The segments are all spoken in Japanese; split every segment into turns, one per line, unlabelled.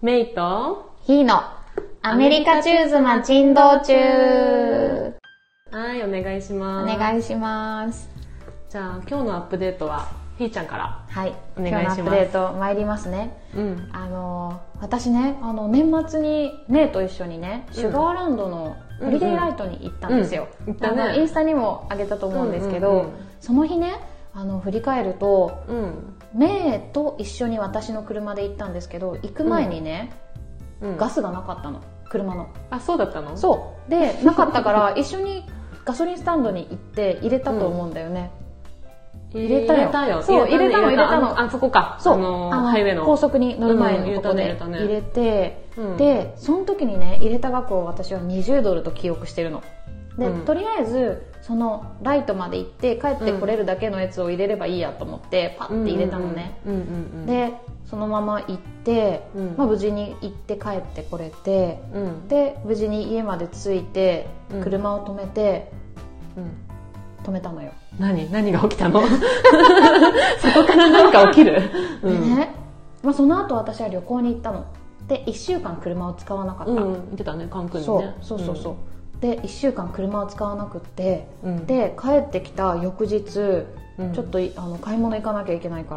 メイと、
ヒーのアメリカチューズマ珍道中
はい、お願いし
お
ます。
願いします。
じゃあ、今日のアップデートは、ひーちゃんから。
はい、
お願いします
今日のアップデート参りますね。
うん。
あの私ね、あの年末に姉と一緒にね、シュガーランドのホリデーライトに行ったんですよ。
うんうん行ったね
あのインスタにもあげたと思うんですけど、
うんうんうん
その日ね、あの振り返ると
うん。
姉と一緒に私の車で行ったんですけど、行く前にね、
うん、
ガスがなかったの。車の
あ、そうだったのう。
そうでなかったか ら一緒にガソリンスタンドに行って入れたと思うんだよね、
入
れたよ
入れたよ。
そう入れたの入れたの
ああそこか。
そう
あの、
あの
ハイウェイの。
高速に乗る前
うん入
の
れ
と
た
こ
ね入
で
れたね
入れて、
うん
でその時にね入れた額を私は20ドルと記憶してるので、
うん
とりあえずそのライトまで行って帰ってこれるだけのやつを入れればいいやと思ってパッて入れたのね、。
うんうんうん。、
でそのまま行って、
うん
まあ、無事に行って帰ってこれて
うん。
で無事に家まで着いて
うん
車を止めて
うん。
止めたのよ、
何何が起きた のそこから何か起きるう
で
ん。
ね、まあ、その後私は旅行に行ったので1週間車を使わなかった、
うん。言ってたね、カン君に
そう
ね。
そうそうそう、で1週間車を使わなくって
うん。うん、
で帰ってきた翌日、
うん
ちょっといあの買い物行かなきゃいけないか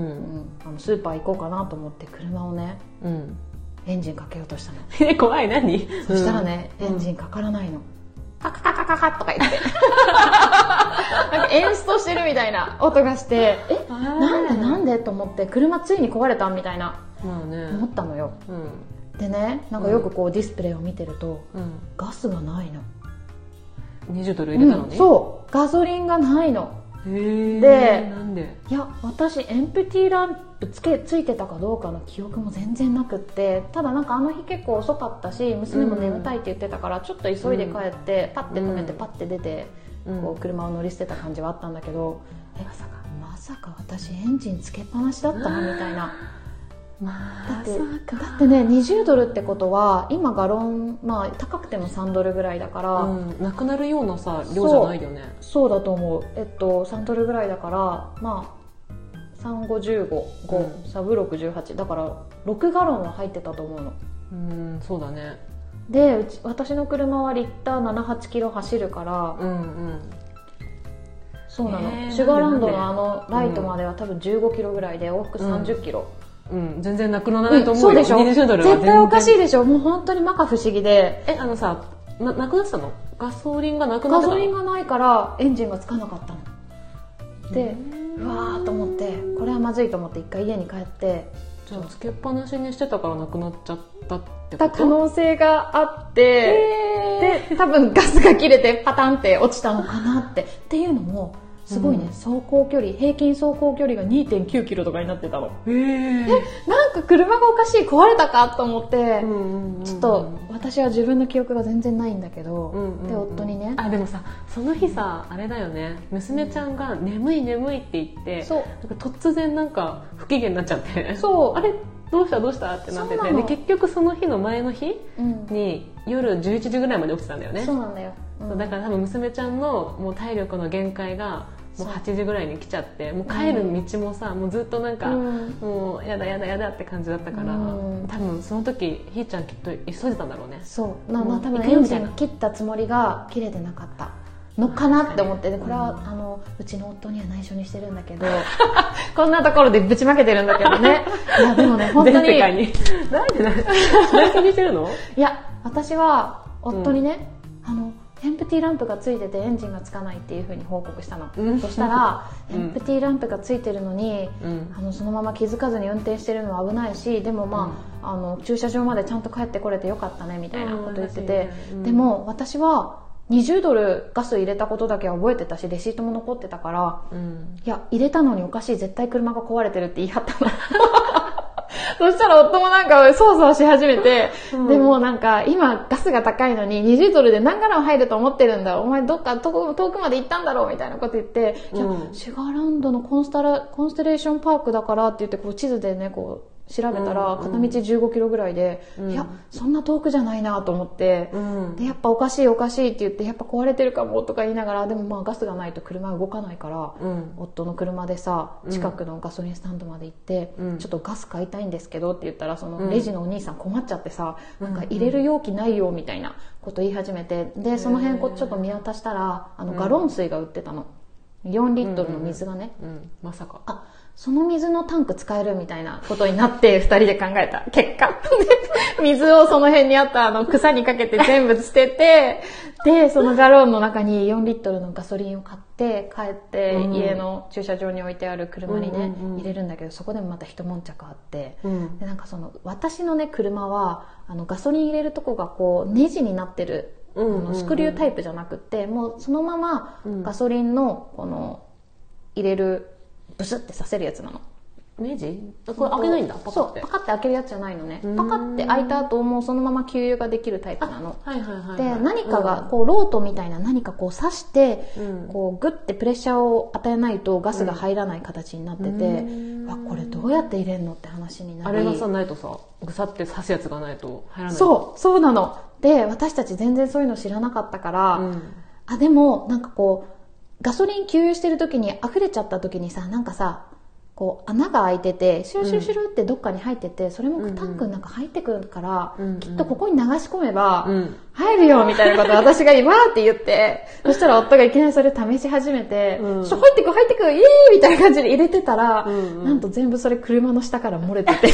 う。
うんん、あのスーパー行こうかなと思って車をね
うん。
エンジンかけようとしたの、
え、怖い、何
そしたら、ね
うん
エンジンかからないの、カカカカカカとか言ってなんか演出してるみたいな音がしてえ
うん
なんでなんでと思って車ついに壊れたみたいな
まあね。
思ったのよ
うん。
でねなんかよくこうディスプレイを見てると、
うん。
ガスがないの
20ドル入れたの
うん
に、
そうガソリンがないの
へえ
で
なんで
いや私エンプティーランプつけついてたかどうかの記憶も全然なくってただなんかあの日結構遅かったし娘も眠たいって言ってたから、ちょっと急いで帰って、パッて止めて
うん
パッて出て、
うん
こう車を乗り捨てた感じはあったんだけど、えまさかまさか私エンジンつけっぱなしだったのみたいな
ま
だ
あ
ってだってね20ドルってことは今ガロンまあ高くても3ドルぐらいだから、
うん、なくなるようなさ量じゃないよね
そうだと思うえっと3ドルぐらいだからまあ
う
3515サブ618だから6ガロンは入ってたと思うの
うんそうだね
でうち私の車はリッター78キロ走るから、
うんうん
そうなの、
えー
シュガーランド
な
のあのライトまでは多分15キロぐらいで往復30キロ、
うん全然なくならないと思うよ、
そうでしょ
20ドルは
絶対おかし
い
いでしょもう本当に摩訶不思議で
えあのさななくなってたのガソリンがなくなって
ガ
た
ソ
の
リンがないからエンジンがつかなかったのでうわーと思ってこれはまずいと思って一回家に帰って
じゃあつけっぱなしにしてたからなくなっちゃったって
た
こ
可
と
能性があって、
え
で多分ガスが切れてパタンって落ちたのかなってっていうのもすごいね、
うん
走行距離平均走行距離が2 9キロとかになってたの
ー、えー
なんか車がおかしい壊れたかと思って、
うんうんうん
ちょっと私は自分の記憶が全然ないんだけど、
うんうんうん
で夫にね
あでもさその日さあれだよね娘ちゃんが「眠い眠い」って言って
そう
なんか突然なんか不機嫌になっちゃって
そ う
あれどうしたどうしたってなって
そう
て
な
で
の
結局その日の前の日
うん
に夜11時ぐらいまで起きてたんだよね
そうなんだよ、うん
そうだから多分娘ちゃんのもう体力の限界がもう
そう
8時ぐらいに来ちゃってもう帰る道もさ、もうずっとなんか、
うん
もうやだやだやだって感じだったから、
うん
多分その時ひーちゃんきっと急いでたんだろうね
そうな、ま
う
あ、
ん
多分
行くよ
エン
み
ジ
たいな
ン切ったつもりが切れてなかったのかなって思ってでこれは、あのうちの夫には内緒にしてるんだけど こんなところでぶちまけてるんだけどね いやでもね本当
全
に
世界になんで なんで内緒にしてるの
いや私は夫にね、あのエンプティーランプがついててエンジンがつかないっていうふうに報告したの、
うん
そしたら、
うん
エンプティーランプがついてるのに、
うん
あのそのまま気づかずに運転してるのは危ないしでもまあ,、あの駐車場までちゃんと帰ってこれてよかったねみたいなこと言ってて、
うんらしいねうん
でも私は20ドルガス入れたことだけは覚えてたしレシートも残ってたから
うん
いや入れたのにおかしい絶対車が壊れてるって言い張ったの そしたら夫もなんかそわそわし始めて、
うん
でもなんか今ガスが高いのに20ドルで何ガラン入ると思ってるんだお前どっか遠く遠くまで行ったんだろうみたいなこと言って、いや
うん
シュガーランドのコンスタラコンステレーションパークだからって言ってこう地図でねこう調べた
う
ら
んうん
片道15キロぐらいで、
うん
いやそんな遠くじゃないなと思って、
うん
でやっぱおかしいおかしいって言ってやっぱ壊れてるかもとか言いながらでもまあガスがないと車動かないから、
うん
夫の車でさ
うん
近くのガソリンスタンドまで行って、
うん
ちょっとガス買いたいんですけどって言ったらそ
うん
のレジのお兄さん困っちゃってさ、なんか
うん
入れる容器ないよみたいなこと言い始めてでその辺こ
へー
うちょっと見渡したらあの
うん
ガロン水が売ってたの4リットルの水がね、
うんまさか
あその水のタンク使えるみたいなことになって2人で 考えた結果 で水をその辺にあったあの草にかけて全部捨てて でそのガロンの中に4リットルのガソリンを買って帰って
うん
家の駐車場に置いてある車にね
うんうんうん
入れるんだけどそこでもまた一悶着あって
うん
でなんかその私のね車はあのガソリン入れるとこがこうネジになってる
うんうんうん
あのスクリュータイプじゃなくってもうそのまま
うん
ガソリンのこの入れるブスってさせるやつなの
ネジこれ開けないんだパカ
そ
って
うパカって開けるやつじゃないのね
うん
パカって開いた後もうそのまま給油ができるタイプなの
はいはいはいはい
で何かがこうロートみたいな何かこう刺して
うん
こうグッてプレッシャーを与えないとガスが入らない形になってて
うん
わこれどうやって入れんのって話にな
あ
り
れがさないとさぐさって刺すやつがないと入らない
そうそうなので私たち全然そういうの知らなかったから、
うん
あでもなんかこうガソリン給油してる時に溢れちゃった時にさなんかさこう穴が開いててシュルシュルシュルってどっかに入ってて、それもタンクの中入ってくるから、
うんうん
きっとここに流し込めば、
うん
入るよみたいなことを私が今って言って、そしたら夫がいきなりそれ試し始めて、
うん
ちょ入ってく入ってく、イエーイみたいな感じで入れてたら、
うんうん
なんと全部それ車の下から漏れて て。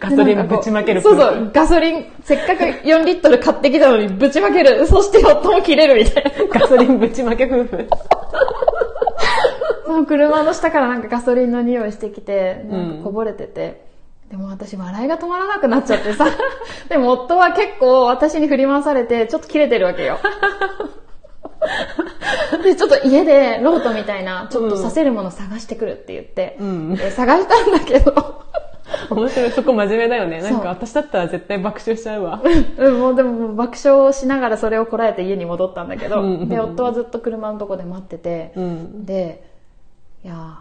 ガソリンぶちまける
そうそう、ガソリン、せっかく4リットル買ってきたのにぶちまける。そして夫も切れるみたいな。
ガソリンぶちまけ夫婦
その車の下からなんかガソリンの匂いしてきて、なん
うん
かこぼれてて。でも私笑いが止まらなくなっちゃってさ。 でも夫は結構私に振り回されて、ちょっと切れてるわ けよ。で、ちょっと家でロートみたいな、ちょっと刺せるもの探してくるって言って、
うん
で探したんだけど、
面白いそこ真面目だよねなん
そう
か私だったら絶対爆笑しちゃう わ
うん、もうでももう爆笑しながらそれをこらえて家に戻ったんだけど、
うん
で夫はずっと車のとこで待ってて、
うん
でいやー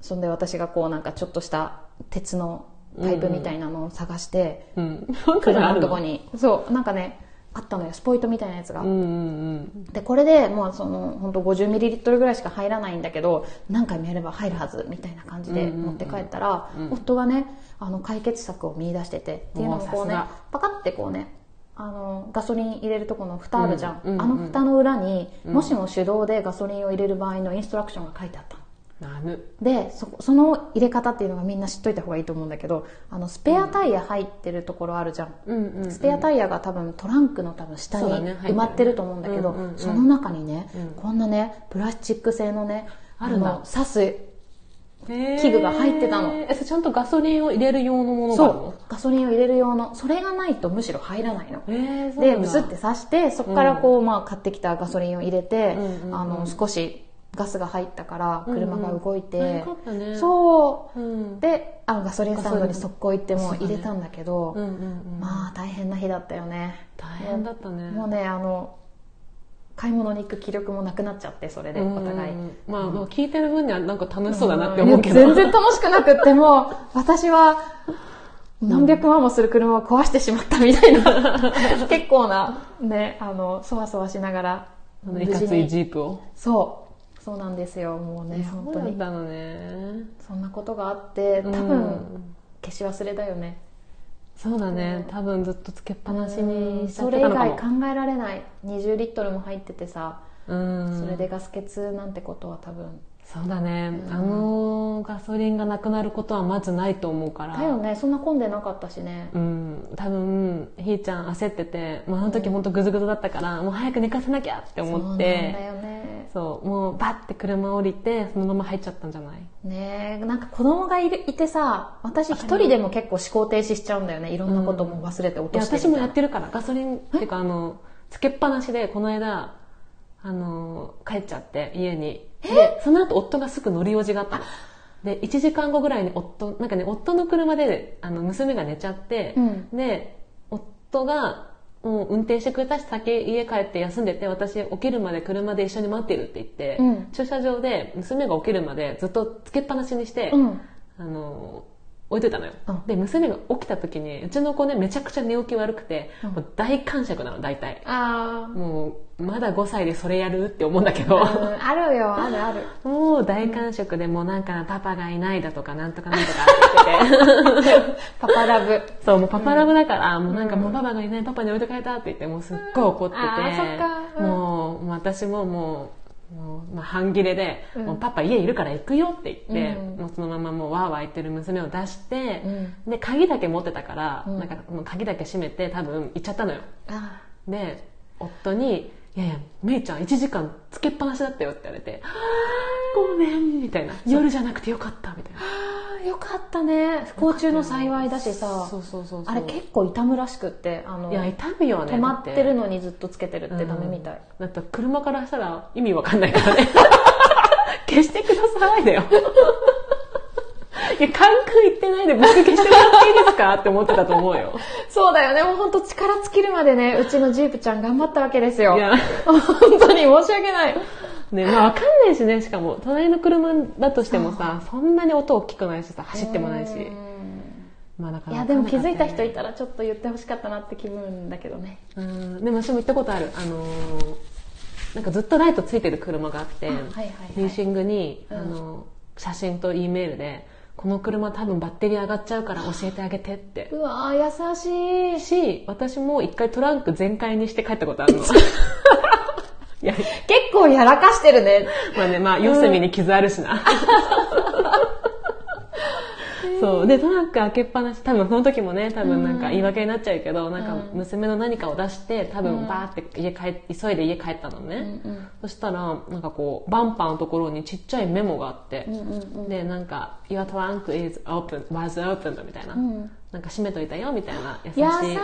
そんで私がこうなんかちょっとした鉄のパイプみたいなのを探して、
うん本当に
車
あ
の
る
とこ
の
にそうなんかねあったのよスポイトみたいなやつが、
うんうん
でこれでもうその本当50ミリリットルぐらいしか入らないんだけど何回もやれば入るはずみたいな感じで
うんうんうん
持って帰ったら、
うん
夫がねあの解決策を見出しててっていうのもこうね
おーさす
パカってこうねあのガソリン入れるとこの蓋あるじゃん、
うんうんうん
あの蓋の裏に、もしも手動でガソリンを入れる場合のインストラクションが書いてあったの
うんなぬ
でそその入れ方っていうのがみんな知っといた方がいいと思うんだけどあのスペアタイヤ入ってるところあるじゃん、
うんうんうん
スペアタイヤが多分トランクの多分下に
そうだね入ってる
埋まってると思うんだけ
う
ど
ん
そ,、
うんうん
の中にね、
うん
こんなねプラスチック製のね
あるんだ
の刺す
器
器具が入ってたの
えそれちゃんとガソリンを入れる用のものがある
そ
の
うガソリンを入れる用のそれがないとむしろ入らないの
えーそうな
で
ん
ブ
だ
スって刺してそこからこう、まあ、買ってきたガソリンを入れて、
うんうんうん
あの少しガスが入ったから車が動いて、
うんうんあよかったね
そう
うん
であのガソリンスタンドに速攻行っても
ガ
う
ソリン
入れたんだけど
うんうんうん
まあ大変な日だったよね
大変だったね
もうねあの買い物に行く気力もなくなっちゃってそれで
うん
お互い
まあ
うん
まあ聞いてる分にはなんか楽しそうだなって思うけど
んいや全然楽しくなくっ てもう私は何百万もする車を壊してしまったみたいな結構なねあのそわそわしながら
あの
無
いか
事
つい
に
ジープを
そうそうなんですよもうね本当
そうだっ
に
たのね
そんなことがあって多
う
分
ん
消し忘れだよね
そうだね多分ずっとつけっぱなしにしちゃ
そ
って
れ以
たのか
外
も
考えられない20リットルも入っててさ、
うん
それでガス欠なんてことは多分
そうだね
うん
あのガソリンがなくなることはまずないと思うから
だよねそんな混んでなかったしね
うん多分ひーちゃん焦ってて、まあ、あの時本当グズグズだったからもう早く寝かせなきゃって思っ
そうなんだ
て
よね
そうもうバッて車降りてそのまま入っちゃったんじゃない
ねえなんか子供がいるいてさ私一人でも結構思考停止しちゃうんだよねいろんなことも忘れて落
い
と
や
してみ
私
たい
も
な
やってるからガソリンっていうかあのつけっぱなしでこの間あの帰っちゃって家にでその後夫がすぐ乗り用事があったので1時間後ぐらいに夫なんかね夫の車であの娘が寝ちゃって、
うん
で夫がもう運転してくれたし先家帰って休んでて私起きるまで車で一緒に待ってるって言って、
うん
駐車場で娘が起きるまでずっとつけっぱなしにして、
うん
あの置いといたのよ、
うん
で娘が起きた時にうちの子ねめちゃくちゃ寝起き悪くて、
うん
もう大感触なの大体
あ
もうまだ5歳でそれやるって思うんだけ ど、
あ、うん、あるよ、あるある。
もう大感触でもうなんかパパがいないだとかなんとかなんとかって言 ってて
パパラブ。
そうもうパパラブだから、もうなんか
うん
もうパパがいないパパに置いてかれたって言ってもうすっごい怒ってて、
うんあーそっかうん
もうもう私ももうもう、まあ、半切れで、
うん
もうパパ家いるから行くよって言って、
うん
もうそのままもうわーわー言ってる娘を出して、
うん
で鍵だけ持ってたから、
うん
なんかもう鍵だけ閉めて多分行っちゃったのよ
あ
で夫に「いやいやめいちゃん1時間つけっぱなしだったよ」って言われて「ごめん」みたいな「夜じゃなくてよかった」みたいな
あ、よかったね。不幸中の幸いだしさ
そ、うそうそうそう
あれ結構痛むらしくって、あの、
いや痛むよね
止まってる
の
のにずっとつけてるってダメみたい。
だって車からしたら意味わかんないから ね消してくださいだよいや関空行ってないで僕消してもらっていいですかって思ってたと思うよ
そうだよね、もうほんと力尽きるまでね、うちのジープちゃん頑張ったわけですよ
い。や
本当に申し訳 ない。
ねまあわかんないしねしかも隣の車だとしてもさそんなに音大きくないしさ走ってもないし
うん
まあだか
い
ら
や、
わか
で
ん
も
な
気
かった
づ
ね
いた人いたらちょっと言ってほしかったなって気分だけどね。
うんでも私も行ったことあるあのーなんかずっとライトついてる車があって
あはいはいはい
リーシングに、
うん
あのー写真と E メールで「この車多分バッテリー上がっちゃうから教えてあげて」って
うわー、優しい。
し私も一回トランク全開にして帰ったことあ るのいや
結構やらかしてるね。
まあねまあ四隅に傷あるしな、そうでトランク開けっぱなし多分その時もね多分なんか言い訳になっちゃうけど、なんか娘の何かを出して多分バーって家帰急いで家帰ったのね、そしたらなんかこうバンパーのところにちっちゃいメモがあって、でなんか「Your trunk is open was opened」みたいな、
ん
なんか閉めといたよみたいな優しい
優しい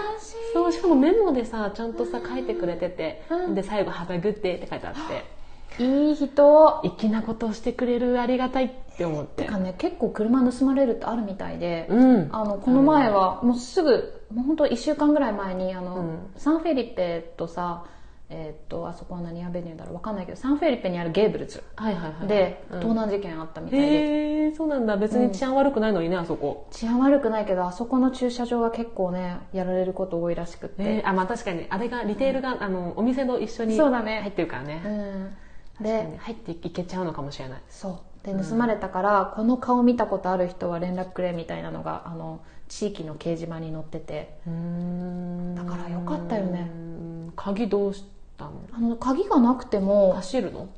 そうしかもメモでさちゃんとさ書いてくれてて、
うん
で最後「Have a good day」って書いてあって。
いい人。
粋なことをしてくれるありがたいって思って
てかね、結構車盗まれるってあるみたいで、
うん
あの、この前は、もうすぐ、もう本当1週間ぐらい前に、あの、
うん
サンフェリペとさ、えーっと、あそこは何アベニューだろうわかんないけど、サンフェリペにあるゲーブルズ
はいはいはい
で、
うん
盗難事件あったみたいで、
へえそうなんだ別に治安悪くないのにねあそこ
治安悪くないけど、あそこの駐車場は結構ね、やられること多いらしくって。
えあまあ確かにあれがリテールが、あのお店と一緒に
そうだね
入ってるからね
うん。
確かに
で、
入っていけちゃうのかもしれない
そう。で、盗まれたから、この顔見たことある人は連絡くれみたいなのが、あの、地域の掲示板に載ってて、
うん
だからよかったよね
鍵どうしたの
あの、鍵がなくても、
走るの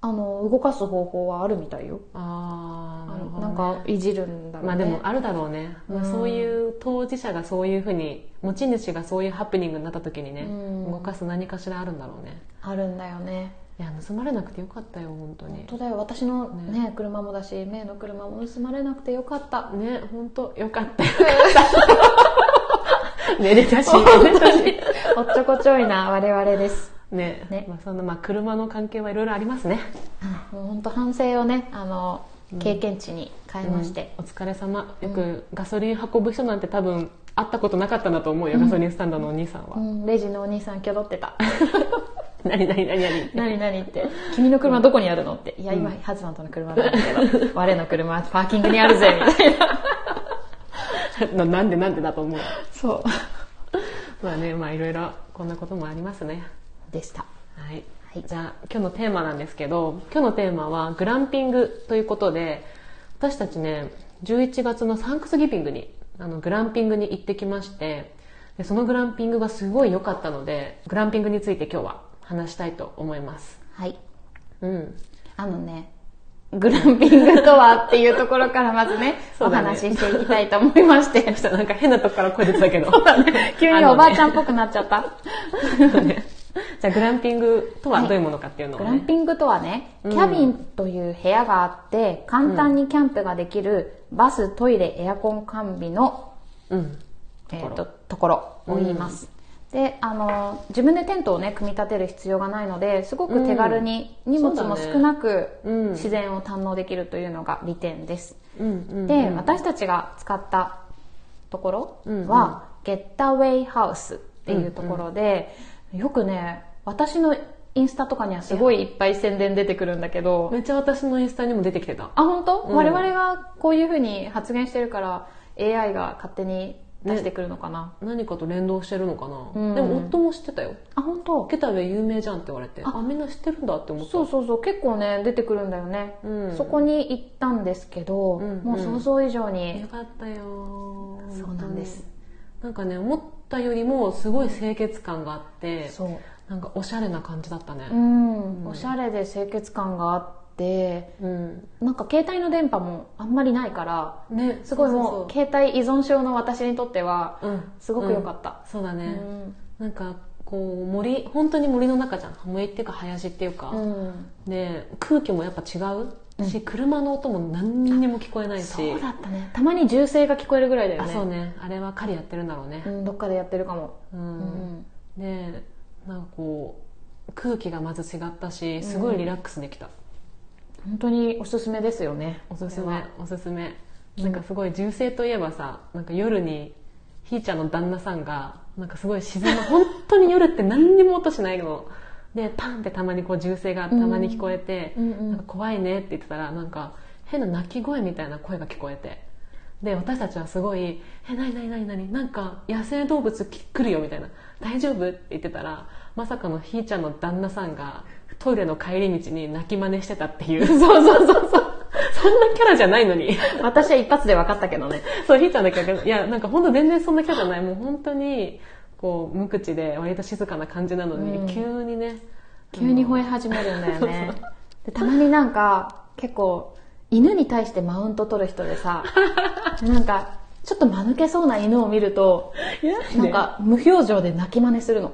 あの、動かす方法はあるみたいよ。
ああな
あ
る
の
ほど
な
ね、
んか、いじるんだろう
まあ
ね。
でもあるだろうね、まあ、
うん
そういう当事者がそういうふうに持ち主がそういうハプニングになった時にね、
うん
動かす何かしらあるんだろうね
あるんだよね。
いや盗まれなくてよかったよ本当に
本当だよ。私のね、車もだし、メイの車も盗まれなくてよかった。
ね本当よかったよめでたし めでたし
おっちょこちょいな我々です。
ね
ね
まあ、そんなまあ車の関係はいろいろありますね
もう本当反省をね、あの、経験値に変えまして。
うんお疲れ様よくガソリン運ぶ人なんて多分会ったことなかったんだと思うよ、ガソリンスタンドのお兄さんは、
うん、レジのお兄さん気取って た。
何何何何
何何って「君の車どこにあるの?」って「いや今ハズマンとの車なんだけど我の車はパーキングにあるぜ」みたい な
ななんでなんでだと思う
そう
まあねまあいろいろこんなこともありますね
でした
はい、
はい
じゃあ今日のテーマなんですけど今日のテーマはグランピングということで私たちね11月のサンクスギビングにあのグランピングに行ってきましてでそのグランピングがすごい良かったのでグランピングについて今日は話したいと思います
はい
うん
あのねグランピングとはっていうところからまずね
そ
お
うだね
話ししていきたいと思いまして
そしたらなんか変なとこから声出てたけど
急に
あのね
おばあちゃんっぽくなっちゃった、
ね じゃあグランピングとはどういうものかっていうのを
グ
ね、
ランピングとはねキャビンという部屋があって簡単にキャンプができるバストイレエアコン完備の
うん
えー、とところを言います、であの自分でテントをね組み立てる必要がないのですごく手軽に荷物も少なく
うん
自然を堪能できるというのが利点です、
うんうん
で私たちが使ったところ
うん
は、ゲッタウェイハウスっていうところで、よくね私のインスタとかにはすごいいっぱい宣伝出てくるんだけど、
めっちゃ私のインスタにも出てきてた。
あ、本当、
うん
我々がこういうふうに発言してるから、AI が勝手に出してくるのかな。
何かと連動してるのかな、
うん
でも夫も知ってたよ
あ、本当
ケタウェイ有名じゃんって言われて
あ
あみんな知ってるんだって思った
そうそうそう、結構ね、出てくるんだよね。
うん
そこに行ったんですけど、
うん
もう想像以上
よ
に、
かったよ
そうなんです
本当になんかね思ったよりもすごい清潔感があって
そう。
なんかおしゃれな感じだったね
うん、
うん
おしゃれで清潔感があって
うん、
なんか携帯の電波もあんまりないから
ね
すごい
そ
もう
うそう
携帯依存症の私にとっては
そううん
すごく良かった、
そうだ
う
ね、
ん
なんかこう森本当に森の中じゃん森っていうか林っていうか、
うん
で空気もやっぱ違うし、車の音も何にも聞こえないし
そうだったねたまに銃声が聞こえるぐらいだよ
あ
ね
そうねあれは狩りやってるんだろうね
うん、どっかでやってるかも、
う、
うんん
でなんかこう空気がまず違ったしすごいリラックスできた、
本当におすすめですよね
おすす
これ
め
は
おすすめ
うん
なんかすごい銃声といえばさなんか夜にひーちゃんの旦那さんがなんかすごい自然な本当に夜って何にも音しないのでパンってたまにこう銃声がたまに聞こえて、
うんう
なんか
ん
怖いねって言ってたらなんか変な泣き声みたいな声が聞こえてで私たちはすごい「えなになになになになんか野生動物き来るよ」みたいな「大丈夫?」って言ってたらまさかのひーちゃんの旦那さんがトイレの帰り道に泣き真似してたっていう そん
そうそうそうそう
なキャラじゃないのに
私は一発で分かったけどね
そうひーちゃんだけどいやなんか本当全然そんなキャラじゃないもう本当にこう無口で割と静かな感じなのに、
うん
急にね
急に吠え
え
始めるんだよねでたまになんか結構犬に対してマウント取る人 でさなんかちょっと間抜けそうな犬を見ると なんか無表情で泣き真似するの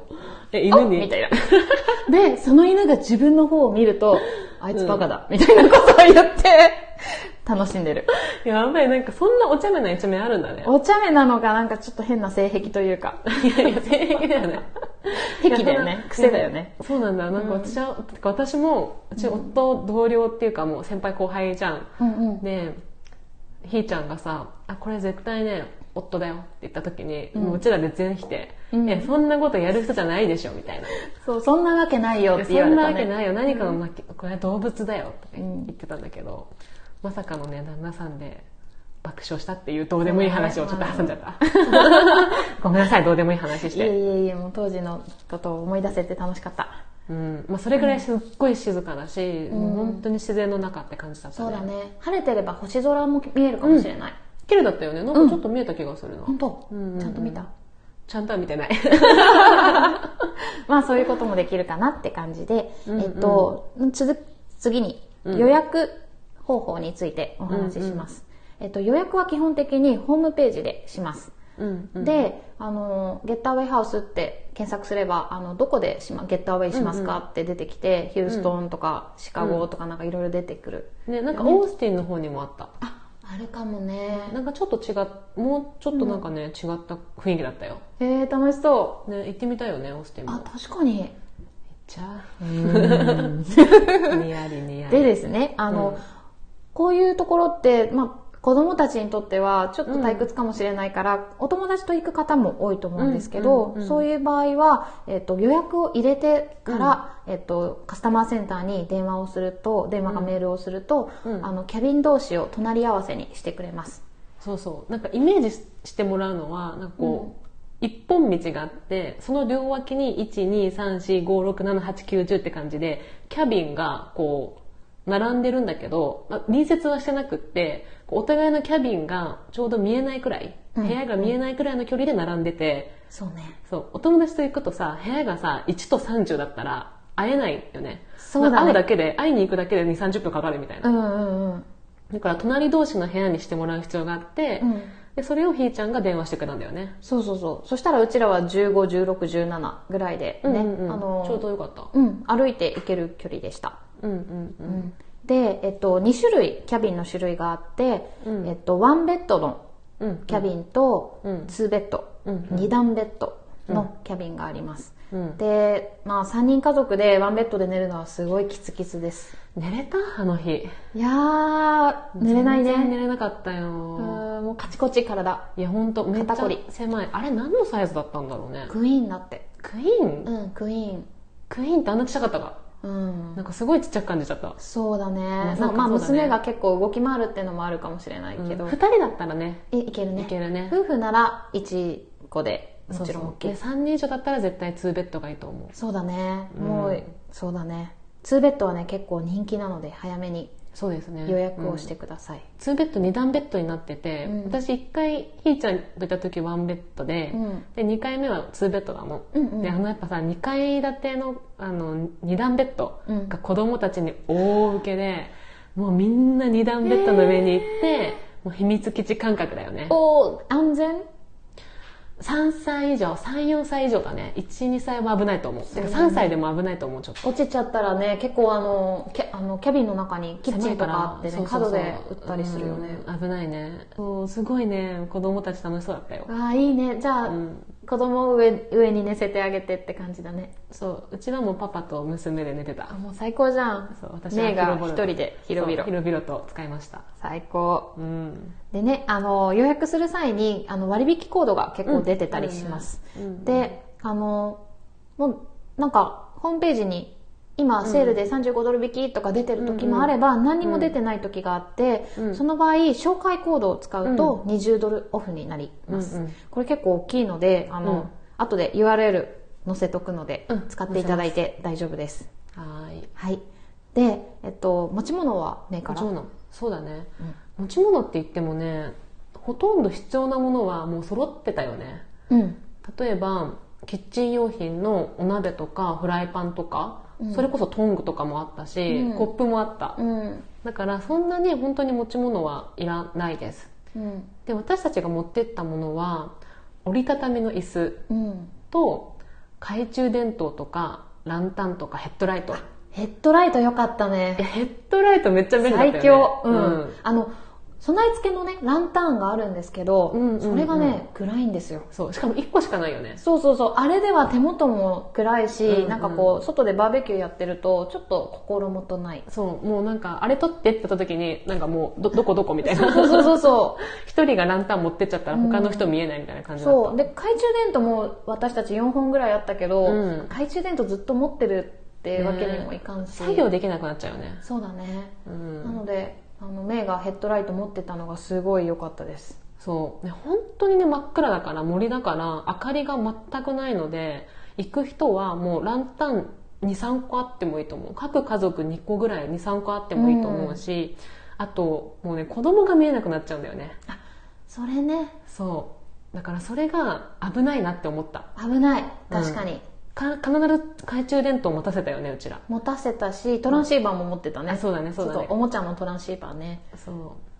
え犬に
あみたいなでその犬が自分の方を見るとあいつバカだ、みたいなことを言って楽しんでる
やばいなんかそんなお茶目な一面あるんだね
お茶目なのがなんかちょっと変な性癖というか
いやいや、性癖だよね。
癖 だよね癖だよね。
そうなんだ。なんか私は、てか私も、うち夫同僚っていうかもう先輩後輩じゃん。
うんうん
で、ひーちゃんがさ、あ、これ絶対ね、夫だよって言った時に、もううちらで全否定。
うん
え、そんなことやる人じゃないでしょみたいな。
そうそんなわけないよっ
いや
て言わ
そ
れ
ん
た
な
ね
わけないよ。何かの巻き、これは動物だよって
うん
言ってたんだけど、まさかのね、旦那さんで爆笑したっていうどうでもいい話をちょっと挟んじゃった。 ごめんなさい、どうでもいい話し
い
て。
えいえいえもう当時のことを思い出せて楽しかった
うんまあ、それぐらいすっごい静かだし、もう本当に自然の中って感じだったね
そうだね晴れてれば星空も見えるかもしれない、
綺麗だったよねなんかちょっと見えた気がするな、
本当、
うんうん
ちゃんと見た
ちゃんとは見て ない
まあそういうこともできるかなって感じで、
うんうん
えっと続次に
うん
予約方法についてお話しします、えっと、予約は基本的にホームページでします、
うん、うん、
であのゲッターウェイハウスって検索すればあのどこでしまゲッターウェイしますかって出てきて、ヒューストンとかシカゴとかなんかいろいろ出てくる、
ねなんかオースティンの方にもあった
ああるかもね
なんかちょっと違っもうちょっとなんかね、違った雰囲気だったよ
えー、楽しそう
ね行ってみたいよねオースティンも
あ確かに
じゃあにやりにやり
でですねあの、
うん
こういうところって、まあ、子供たちにとってはちょっと退屈かもしれないから、お友達と行く方も多いと思うんですけ
うん
ど、
うんうん
そういう場合は、えっと予約を入れてから、えっとカスタマーセンターに電話をすると電話かメールをすると、
うん
あのキャビン同士を隣り合わせにしてくれます。
そうそうなんかイメージしてもらうのはなんかこう、一本道があってその両脇に12345678910って感じでキャビンがこう並んでるんだけど、まあ、隣接はしてなくってこうお互いのキャビンがちょうど見えないくらい
うん
部屋が見えないくらいの距離で並んでて、
そうね
そうお友達と行くとさ部屋がさ1と30だったら会えないよね
そうだね
まあ会うだけで会いに行くだけで2 3 0分かかるみたいな、
うんうんうん
だから隣同士の部屋にしてもらう必要があって、
うん
でそれをひーちゃんが電話してくれたんだよね
そうそうそうそしたらうちらは151617ぐらいでね、
うんうんうん
あの
ちょうどよかった
うん、歩いて行ける距離でした
うんうんうん
で、えっと、2種類キャビンの種類があって、
うん
えっと、1ベッドの
うん
キャビンと
うん
2ベッド、
うんうん
2段ベッドのキャビンがあります、
うん
で、まあ、3人家族で1ベッドで寝るのはすごいキツキツです
寝れたあの日
いやー寝れない
全然寝
ね
れなかった
う
よ
ーんもうカチコチ体
いやほんとめっちゃ
肩こり
狭いあれ何のサイズだったんだろうね
クイーンだって
クイーン
うんクイーン
クイーンってあんなちっちゃかったか
うん
なんかすごいちっちゃく感じちゃった
そうだね
ん
まあまあ
そうだね
娘が結構動き回るってのもあるかもしれない
うん
け
二
ど、
人だったらね
えいけるね
いけるね
夫婦なら1個でもちろん OK
そうそうで3人以上だったら絶対2ベッドがいいと思う
そうだね、
うん
もうそうだね2ベッドはね結構人気なので早めに
そうですね
予約をしてください、
2ベッド2段ベッドになってて、
うん
私1回ひーちゃんといた時1ベッドで,、
うん
で2回目は2ベッドだもん、
うんうん
であのやっぱさ2階建てのあの2段ベッド
うん
が子供たちに大受けで、もうみんな2段ベッドの上に行って、もう秘密基地感覚だよね
おー安全
3歳以上34歳以上だね12歳は危ないと思う
そう
て
だ
か
ね
3歳でも危ないと思うちょっと
落ちちゃったらね結構あのキャあのキャビンの中にキッチンとかあって
狭
ね
いから
角で売ったりするよね、
うん危ないねそうすごいね子供たち楽しそうだったよ、
ああいいねじゃあ、
うん、
子供を上上に寝せてあげてって感じだね
そううちらもパパと娘で寝て
あ
た
もう最高じゃん
そう私は
姉が
広
一
々と
人で広
そう
々
広々と使いました
最高
うん
でねあの予約する際にあの割引コードが結構出てたりします、
うん
であのもうなんかホームページに今セールで35ドル引きとか出てる時もあれば、何にも出てない時があって、
うん
その場合紹介コードを使うと20ドルオフになります、
うんうん
これ結構大きいのであの、
うん
後で URL 載せとくので、
うん
使っていただいて大丈夫です
はーい
はいで、えっと、持ち物は目か
持
ら
ち物そうだね、持ち物って言ってもねほとんど必要なものはもう揃ってたよね
うん
例えばキッチン用品のお鍋とかフライパンとか、
うん
それこそトングとかもあったし、
うん
コップもあった、
うん
だからそんなに本当に持ち物はいらないです
うん
で私たちが持ってったものは折りたたみの椅子
うん
と懐中電灯とかランタンとかヘッドライト
ヘッドライト良かったね
えヘッドライトめっちゃ便利だったよね
最強、うん
うん
あの備え付けのねランタンがあるんですけど、
うんうんうん
それがね暗いんですよ
そうしかも1個しかないよね
そうそうそうあれでは手元も暗いし、
うんうん
なんかこう外でバーベキューやってるとちょっと心も とない
そうもうなんかあれ取ってって言った時になんかもうどどこどこみたいな
そうそうそうそ
一人がランタン持ってっちゃったら他の人見えないみたいな感
う
じだった、
そうで懐中電灯も私たち4本ぐらいあったけど、
うん
懐中電灯ずっと持ってるってわけにもいかんし、
作業できなくなっちゃうよね
そうだね、
うん
なのであのメイがヘッドライト持ってたのがすごい良かったです
そうね本当にね真っ暗だから森だから明かりが全くないので行く人はもうランタン23個あってもいいと思う各家族2個ぐらい23個あってもいいと思うし、あともうね子供が見えなくなっちゃうんだよね
それね
そうだからそれが危ないなって思った
危ない確かに、
か必ず懐中電灯を持たせたよねうちら
持たせたしトランシーバーも持ってたね、
あそうだねそうだ
ちょっ
ね
とおもちゃのトランシーバーね
そ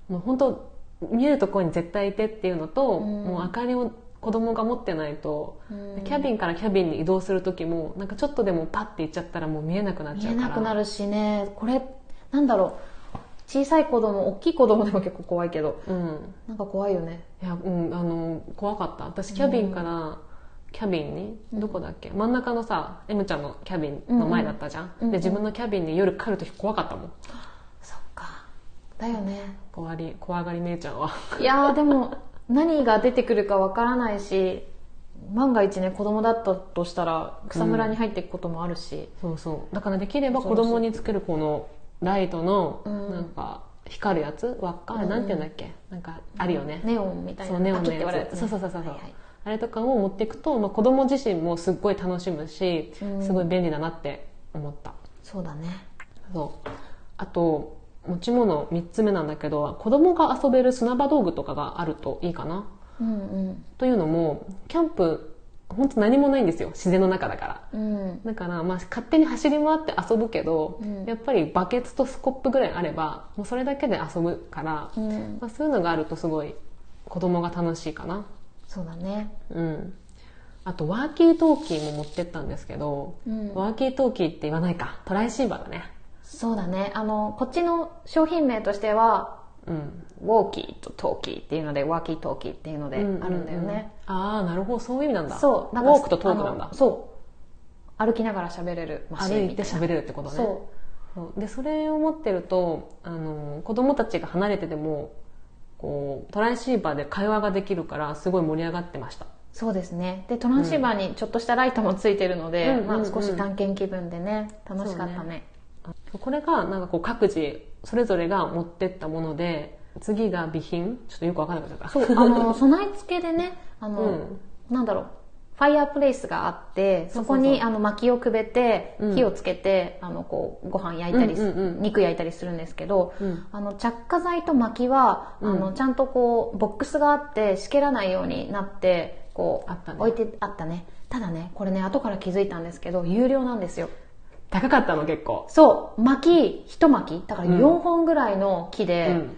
うもう本当見えるところに絶対いてっていうのと、
うん
もう明かりを子供が持ってないと、
うん
キャビンからキャビンに移動する時もなんかちょっとでもパッて行っちゃったらもう見えなくなっ
見
ちゃ
え
うから
なくなるしねこれなんだろう小さい子供大きい子供でも結構怖いけど
うん
なんか怖いよね
いやうんあの怖かった私キャビンからキャビンに、
うん
どこだっけ真ん中のさ M ちゃんのキャビンの前だったじゃん、
うんうん
で自分のキャビンに夜帰る時怖かったもん
そっかだよね
怖り怖がり姉ちゃん は
いやーでも何が出てくるかわからないし万が一ね子供だったとしたら草むらに入っていくこともあるし、
そうそうだからできれば子供につけるこのライトの
うん
なんか光るやつ輪っかあれなんて言うんだっけなんかあるよね、
ネオンみたいな
そうネオン
パキ
の
ッて割れる
や
やつ
つ
ね
そうそうそうそう、
はいはい
あれとかを持っていくと、まあ、子供自身もすっごい楽しむし、
うん
すごい便利だなって思った
そうだね
そうあと持ち物3つ目なんだけど子供が遊べる砂場道具とかがあるといいかな
うん
というのもキャンプ本当何もないんですよ自然の中だから
うんうん
だから、まあ、勝手に走り回って遊ぶけど、
うん
やっぱりバケツとスコップぐらいあればもうそれだけで遊ぶから、
うん
まあ、そういうのがあるとすごい子供が楽しいかな
そうだね
うん、あとワーキートーキーも持ってったんですけど、
うん
ワーキートーキーって言わないかトライシーバーだね
そうだね。あの、こっちの商品名としては、
うん
ウォーキーとトーキーっていうので、ワーキートーキーっていうのであるんだよね。
ああなるほどそういう意味なんだ
そう、
ウォークとトークなん
あ
だ
のそう。歩きながら喋れるマシ
歩
ン
い
み
て
たいな。
喋れるってことね
そ
そうでそれを持ってるとあの子供たちが離れててもこうトライシーバーで会話ができるからすごい盛り上がってました
う。そうですねでトランシーバーにちょっとしたライトもついてるので、
うん
ま
う
あ、
んうん
少し探検気分でね楽しかった
そう
ね
これがなんかこう各自それぞれが持ってったもので次が備品ちょっとよく分かんなくなっちゃった
そうあの備え付けでねあの、
うん
なんだろうファイアープレイスがあっ
そ
て
う
そ
そうそ
こ
う
にあの薪をくべて、
うん
火をつけてあのこうご飯焼いたり、
うんうんうん
肉焼いたりするんですけど、
うん
あの着火剤と薪は、あ
う
の
ん
ちゃんとこうボックスがあってしけらないようになってこう
あったね
置いてあったねただねこれね後から気づいたんですけど有料なんですよ
高かったの結構、
そう薪一薪だから
うん
4本ぐらいの木
う
で
ん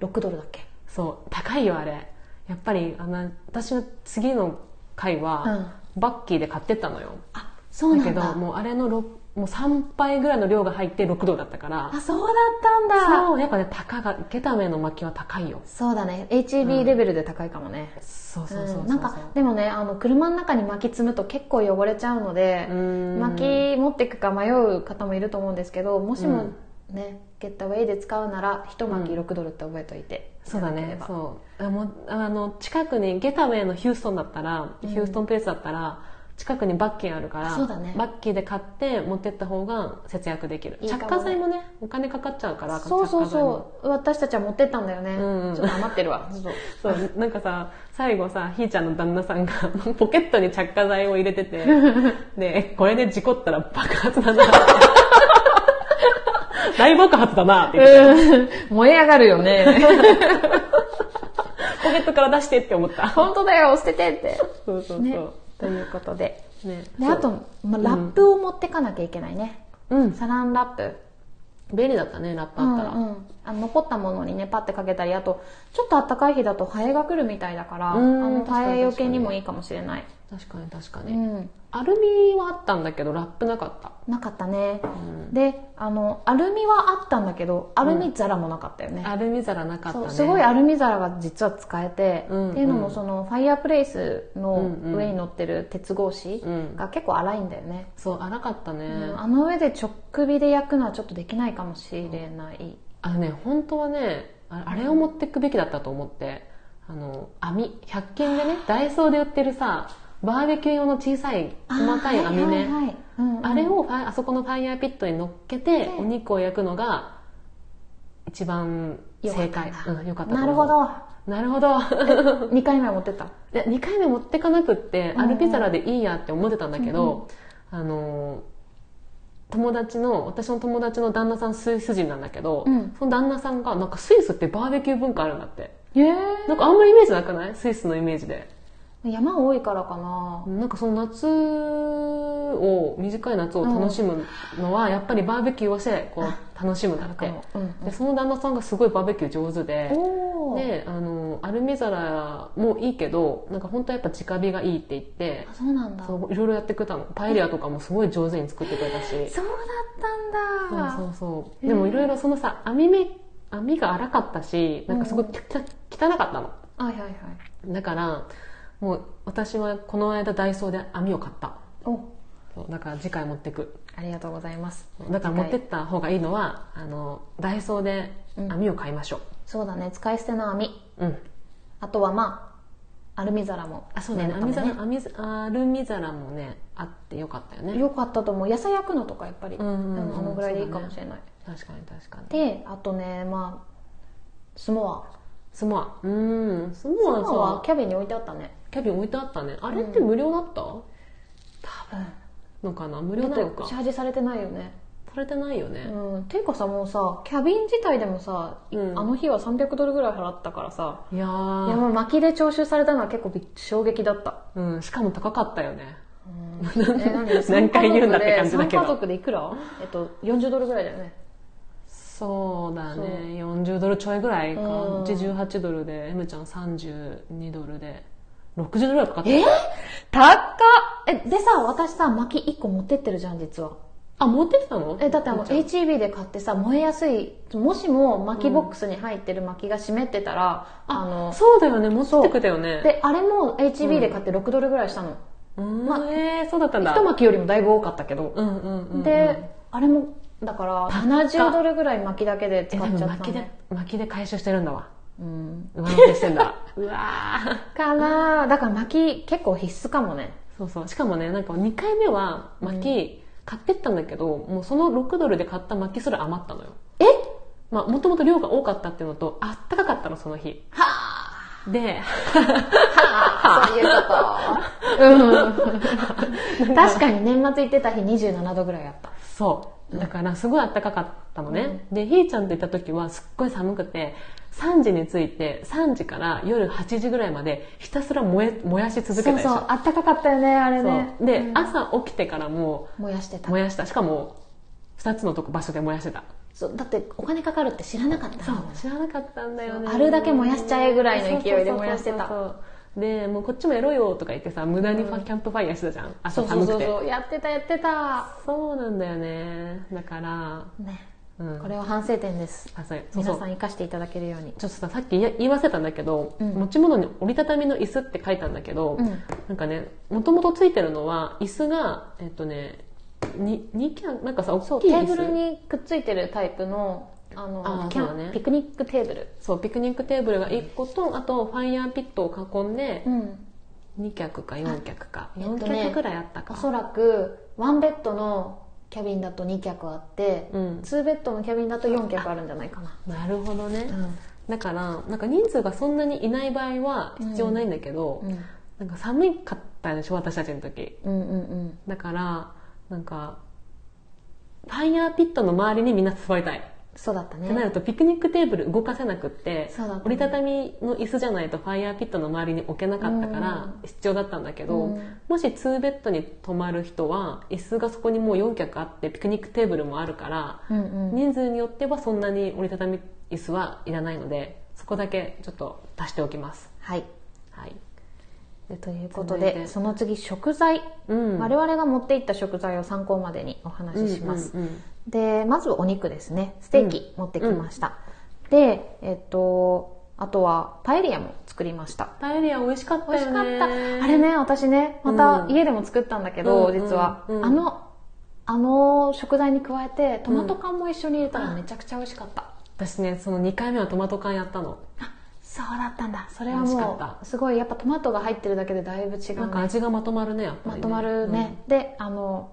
6ドルだっけ、
そう高いよあれやっぱりあの私の次の回は、バッキーで買ってったのよ
あそうなん
け
だ
どもうあれのろもう3杯ぐらいの量が入って6度だったから
あそうだったんだ
そうやっぱね高がゲタメの薪は高いよ
そうだね HB レベルで高いかもね、
そう
う
そうそうそうん
なんかでもねあの車の中に薪積むと結構汚れちゃうので
うーん
薪持っていくか迷う方もいると思うんですけどもしもね、ゲッタウェイで使うなら一薪6ドルって覚えておいて、
そうだね
う
そうあもうあの近くにゲタウェイのヒューストンだったら、ヒューストンペースだったら近くにバッキーあるから
あそうだね
バッキーで買って持ってった方が節約できる
いいかも
着火剤もねお金かかっちゃうから
そうそう
着火剤も
そう私たちは持ってったんだよね、
うんうん
ちょっと余ってるわそう
そうなんかさ最後さひーちゃんの旦那さんが ポケットに着火剤を入れて てでこれで事故ったら爆発だな 大爆発だなって言って
燃え上がるよ ね
ポケットから出してって思った
本当だよ捨ててって
そうそうそう、
ねということで
ね
であと、まあ、ラップを持ってかなきゃいけないね、
うん
サランラップ
便利だったねラップあったら、
うんうんあの残ったものにねパッてかけたりあとちょっと暖かい日だとハエが来るみたいだからあ
うん
の
確かに
ハエよけにもいいかもしれない、
確かに確か
う
に、
ん、
アルミはあったんだけどラップなかった
なかったね、
ん
であのアルミはあったんだけどアルミ皿もなかったよね、
アルミ皿なかった
そう
ね
すごいアルミ皿が実は使えて、
うん
っていうの
う
も
ん
そのファイアープレイスの
うんうん
上に乗ってる鉄格子
うん
が結構粗いんだよね、
そう荒かったね、
うんあの上で直火で焼くのはちょっとできないかもしれない、
あのね本当はねああれを持ってくべきだったと思ってあの網100均でねダイソーで売ってるさバーベキュー用の小さい細かい網ねあ,、
はいはいはいうんうん
れをファイあそこのファイヤーピットに乗っけて
で
お肉を焼くのが一番正解
よかった
うん、よかったと
なる
思
ほ
う
ど
なるほど
2回目は持ってった
で2回目持ってかなくって
んうん
アルピザラでいいやって思ってたんだけど、あの友達の私の友達の旦那さんスイス人なんだけど、
うん
その旦那さんがなんかスイスってバーベキュー文化あるんだって
え
なんかあんまイメージなくないスイスのイメージで
山多いからかな
なんかその夏を短い夏を楽しむのはやっぱりバーベキューをしてこう楽しむんだ
なん
っ
か
て
もう、うん
でその旦那さんがすごいバーベキュー上手で
おー
であのアルミ皿もいいけどなんか本当はやっぱ直火がいいって言って
あそうなんだそう
そういろいろやってくれたのパエリアとかもすごい上手に作ってくれたし
だったん
そう
だ
そうそう
へー
でもいろいろそのさ網目網が荒かったしなんかすごいきた汚かったの
はいはいはい
だからもう私はこの間ダイソーで網を買った
お
そうだから次回持ってく
ありがとうございます
だから持ってった方がいいのはあのダイソーで網を買いましょ
そうだね使い捨ての網
ううん
あとはまあアルミ皿も
あそうだね
念の
網
た
皿
め
網皿アルミ皿もねあってよかったよね
よかったと思う野菜焼くのとかやっぱり、
うんうんうん
あのぐらいでいいかもしれない、
確かに確かに
であとねまあスモア
スモアうんス
ス
モアさ
モアはキャビに置いてあったね
キャビン置いてあったねあれって無料だった、のかな無
ち
料
ょっ
なのか
とチャージされてないよね
されてないよね、
うん、ていうかさもうさキャビン自体でもさ、
うん
あの日は300ドルぐらい払ったからさ
いや
いや
ー
もう薪で徴収されたのは結構びっ衝撃だった、
うん、しかも高かったよね
えーなんで
何回言うんだって感じだけど
3家族でいくらえっと40ドルぐらいだよね
そうだ
そう
ね40ドルちょいぐらいか
うん
うち18ドルで M ちゃん32ドルで60ドルぐらいかかった
高っえでさ私さ薪1個持ってってるじゃん実は
あ持ってきたの
えだってあの
みーち
HEB で買ってさ燃えやすいもしも薪ボックスに入ってる薪が湿ってたら、
ゃん
あの
そうだよね持ってくれたよね
であれも HEB で買って6ドルぐらいしたの、
うん、
ま
えーそうだったんだ
一巻よりもだいぶ多かったけど、
うんうんうんうん
で、あれもだから70ドルぐらい巻きだけで
え
使
多
っち
分
ゃった
薪で
ね
薪で回収してるんだわ
うん。
上乗せしてん だ。うわー。
から、だから薪結構必須かもね。
そうそう。しかもね、なんか2回目は薪買ってったんだけど、もうその6ドルで買った薪すら余ったのよ。
え
まあ、もともと量が多かったっていうのと、あったかかったの、その日。
はあ
で、
はあそういうこと。うん。 確かに年末行ってた日27度ぐらいあった。
そう。だから、すごいあったかかったのね。で、ひーちゃんと行った時は、すっごい寒くて、3時に着いて、3時から夜8時ぐらいまで、ひたすら燃え、燃やし続けた
そう
でしょ。
そう、あったかかったよね、あれね。
そうで、
うん
朝起きてからも
燃やしてた
う、。燃やした。しかも、2つのとこ場所で燃やしてた。
そうだってお金かかるって知らなかった
そ
もん
う知らなかったんだよね
そうあるだけ燃やしちゃえぐらいの勢いで燃やしてた
そうそうそうそうでもうこっちもやろうよとか言ってさ無駄にファキャンプファイヤーしてたじゃん朝寒くてそう
うやってたやってた
なんだよねだから
ね
うん
これを反省点です
あそうそうそ
皆
う
さん生かしていただけるように
ちょっとささっき言い言い忘れたんだけど、
うん
持ち物に折りたたみの椅子って書いたんだけど、
うん
なんかねもともとついてるのは椅子がえっとねに2キャンなんかさ
そ
大
う
きい
テ
椅子
ーブルにくっついてるタイプのあの
あー
キャン
そうだね
ピクニックテーブル
そうピクニックテーブルが1個とあとファイヤーピットを囲んで
うん
2脚か4脚か
えっと
4
ね
脚くらいあったか、
おそらくワンベッドのキャビンだと2脚あって、
うん
ツーベッドのキャビンだと4脚あるんじゃないかな
なるほどね、だからなんか人数がそんなにいない場合は必要ないんだけど、
うん
なんか寒かったでしょ私たちの時
うんうんうん
だからなんかファイヤーピットの周りにみんな座りたい、
そうだった
ってな
ね
るとピクニックテーブル動かせなくって、
そうだったね
折りたたみの椅子じゃないとファイヤーピットの周りに置けなかったから必要だったんだけど、
うん
もし2ベッドに泊まる人は椅子がそこにもう4脚あってピクニックテーブルもあるから、
うんうん
人数によってはそんなに折りたたみ椅子はいらないのでそこだけちょっと足しておきます
はい
はい、
でということ
続い
で
て
その次食材
うん
我々が持っていった食材を参考までにお話しします、
うんうん
でまずお肉ですねステーキ持ってきました、でえっとあとはパエリアも作りました
パエリア美味しかった
美味
よ
し
ね
かったあれね私ねまた
うん
家でも作ったんだけど、
うんうん
実は、
うん
あのあの食材に加えてトマト缶も一緒に入れたらめちゃくちゃ美味しかった、
私ねその2回目はトマト缶やったの
そうだったんだそれは
美味しか
も
っ
うすごいやっぱトマトが入ってるだけでだいぶ違うね
なんか味がまとまるねやっぱ
ま
りね
とまるね、であの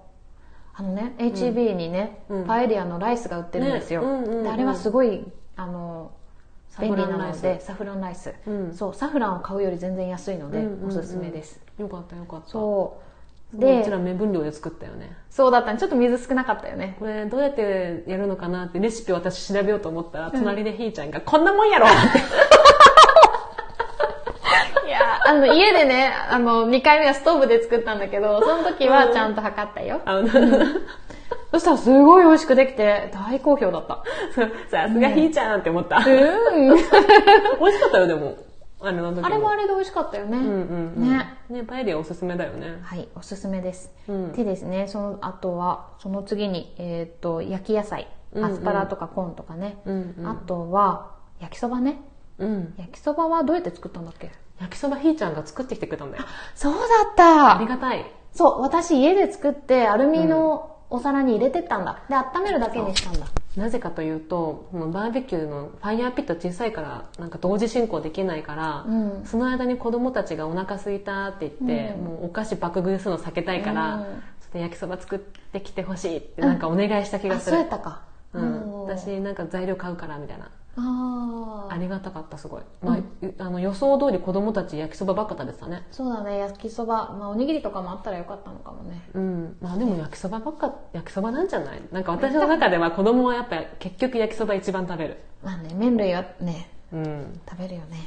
あのね HEB にね、
うん
パエリアのライスが売ってるんですよ、
ねうんうんうん
であれはすごいあの
サ
便
フ
利
ラ
な
ンライ
の
ス
でサフランライス、
うん
そうサフランを買うより全然安いので、
うんうんうん
おすすめです
うんよかったよかった
そう
でうちら
で
目分量で作ったよね
そうだったねちょっと水少なかったよね
これどうやってやるのかなってレシピ私調べようと思ったら隣でひーちゃんが「こんなもんやろ!」っ て
いやあの家でねあの2回目はストーブで作ったんだけどその時はちゃんと測ったよ、
あの
そしたらすごい美味しくできて大好評だった
そうさすがひーちゃんって思った。
うん
美味しかったよ、でも。あれの時も
あれもあれで美味しかったよね、
うんうんうん。
ね。
ね、パエリアおすすめだよね。
はい、おすすめです。
うん
でですね、その後は、その次に、えっ、と、焼き野菜。
うんうん
アスパラとかコーンとかね。
うんうん
あとは、焼きそばね。
うん。
焼きそばはどうやって作ったんだっけ
焼きそばひーちゃんが作ってきてくれたんだよ。
そうだっ
あり
た
がたい。
そう、私家で作って、アルミのお皿に入れてったんだ。で、温めるだけにしたんだ。
なぜかというと、そのバーベキューのファイヤーピット小さいから、なんか同時進行できないから、
うん
その間に子供たちがお腹すいたって言って、
うん
もうお菓子爆食いするの避けたいから、
うん
ちょっと焼きそば作ってきてほしいってなんかお願いした気が
あ、
す
そう
る。
やったか。
うん。
おー
私なんか材料買うからみたいな。
あ
あ
あ。
りがたかったすごい、まあうあの予想通り子供たち焼きそばばっか食べてたね
そうだね、焼きそば。まあ、おにぎりとかもあったらよかったのかもね。
うんまあでも焼きそばばっか焼きそばなんじゃないなんか私の中では子供はやっぱ結局焼きそば一番食べる
まあね、麺類はね、
うん
食べるよね。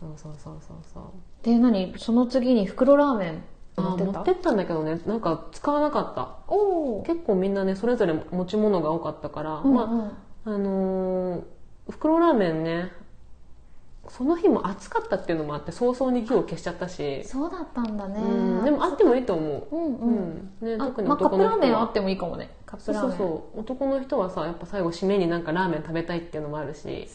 そうそうそうそうそう
で何その次に袋ラーメン
あ
持って
持
った
ってったんだけどねなんか使わなかった
おー
結構みんなねそれぞれ持ち物が多かったから、
うんうん
まああのー袋ラーメンねその日も暑かったっていうのもあって早々に火を消しちゃったし、
そうだったんだね、
うん、でもあってもいいと思う
うん
う
うん、
ん、ね、
あ
特に
まあ、カッ
男
プ
の
ラーメ
人
ン
は
あってもいいかもねカッ
そ
プ
う
ラーメ
そう
ンそう
そう男の人はさやっぱ最後締めになんかラーメン食べたいっていうのもあるし
ね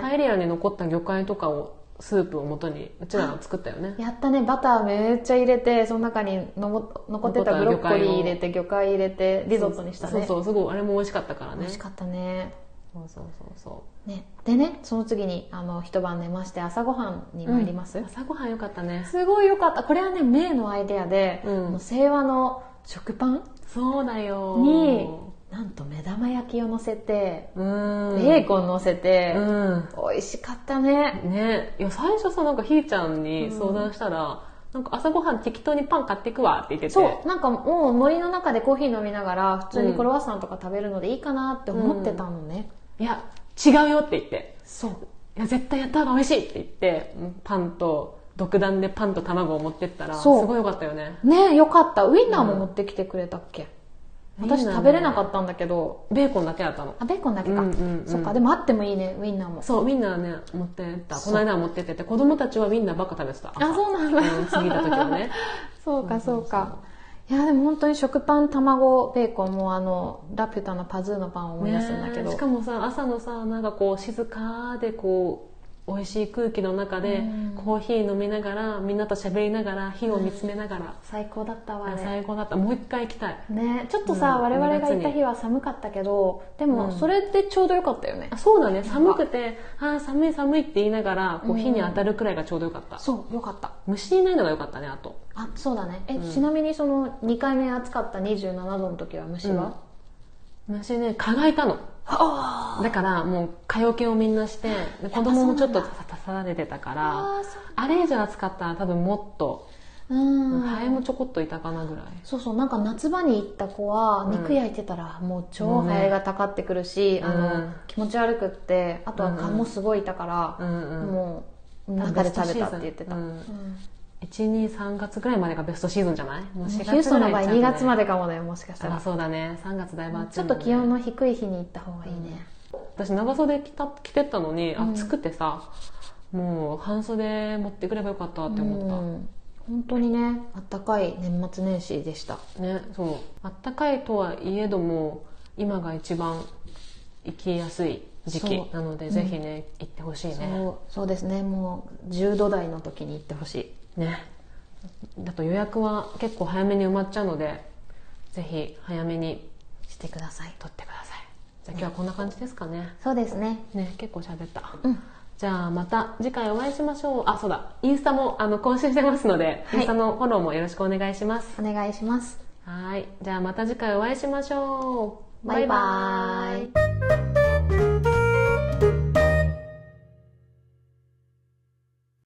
パエリアに残った魚介とかをスープを元にうちらが作ったよね
やったねバターめっちゃ入れてその中にのも残ってたブロッコリー入れて魚介入れてリゾットにしたね
そうそうすごいあれも美味しかったからね
美味しかったね
そうそうそうそ
ね、でねその次にあの一晩寝まして朝ごはんに参ります、
う朝ごはんよかったね
すごいよかったこれはねメイのアイデアで、
うん
あの清和の食パン
そうだよ
になんと目玉焼きを乗せて、
うん
ベーコン乗せて、
うん
美味しかったね
ねいや最初さなんかひーちゃんに相談したら、なんか朝ごはん適当にパン買ってくわって言ってて
そうなんかもう森の中でコーヒー飲みながら普通にクロワッサンとか食べるのでいいかなって思ってたのね、
いや違うよって言って
そう
いや絶対やった方が美味しいって言ってうんパンと独断でパンと卵を持ってったらす
そう
ごいよかったよね
ねよかったウインナーも持ってきてくれたっけ、
うん
私食べれなかったんだけど
ベーコンだけだったの
あベーコンだけか、
うんうんうん
そっかでもあってもいいねウインナーも
そうみんなね持ってったこ
そう
の間は持ってってて子供たちはみんなばっか食べてた
あそうなんだ、
うん過ぎた時はね
そうかそうか
そ
いやでも本当に食パン卵ベーコンもあのラピュタのパズーのパンを思い出すんだけ
ね
ど、
しかもさ朝のさなんかこう静かでこう美味しい空気の中で、
うん
コーヒー飲みながらみんなと喋りながら火を見つめながら、
最高だったわあ
あ
れ
最高だったもう一回行きたい
ねちょっとさ、
うん
我々が行った日は寒かったけどで
う
も
ん
それでちょうどよかったよね、
あそうだね寒くて「あー寒い寒い」って言いながらこう火に当たるくらいがちょうどよかった、
そうよかった
虫いないのがよかったねあと
あそうだねえ、ちなみにその2回目暑かった27度の時は虫は、
うん虫ね輝いたの
あ
だからもう蚊よけをみんなしてで子供もちょっと刺されてたから
あーそう
あれ以上暑かったら多分もっと
うん
ハエもちょこっといたかなぐらい
そうそうなんか夏場に行った子は
ん
肉焼いてたらもう超
もうね
ハエがたかってくるし、あの
うん
気持ち悪くってあとは蚊もすごいいたから、
ん
もう中で食べたって言ってた、
う
うんん
123月ぐらいまでがベストシーズンじゃないもう
ヒ
4
ュー
月
スト
ぐ
ン
ら
の
い
場合
行っちゃうんじ
2
ゃない
月までかもねもしかした
あ
ら、
そうだね3月だいぶ暑い
ちょっと気温の低い日に行った方がいいね、
私長袖着た着てったのに
うん
暑くてさ、もう半袖持ってくればよかったって
う
思っ
ん本当にねあったかい年末年始でした
た、ねそうあったかいとはいえども今が一番行きやすい時期
そう
なので、ぜひね行ってほしいね
そうそうですねもう10度台の時に行ってほしい
ねだと予約は結構早めに埋まっちゃうのでぜひ早めに
してください
取ってくださいじゃあ今日はこんな感じですかね
そうですね
ね結構喋った、
うん
じゃあまた次回お会いしましょうあそうだインスタもあの更新してますので、
は
イ
い
ンスタのフォローもよろしくお願いします
お願いします
はいじゃあまた次回お会いしましょう
バイバイ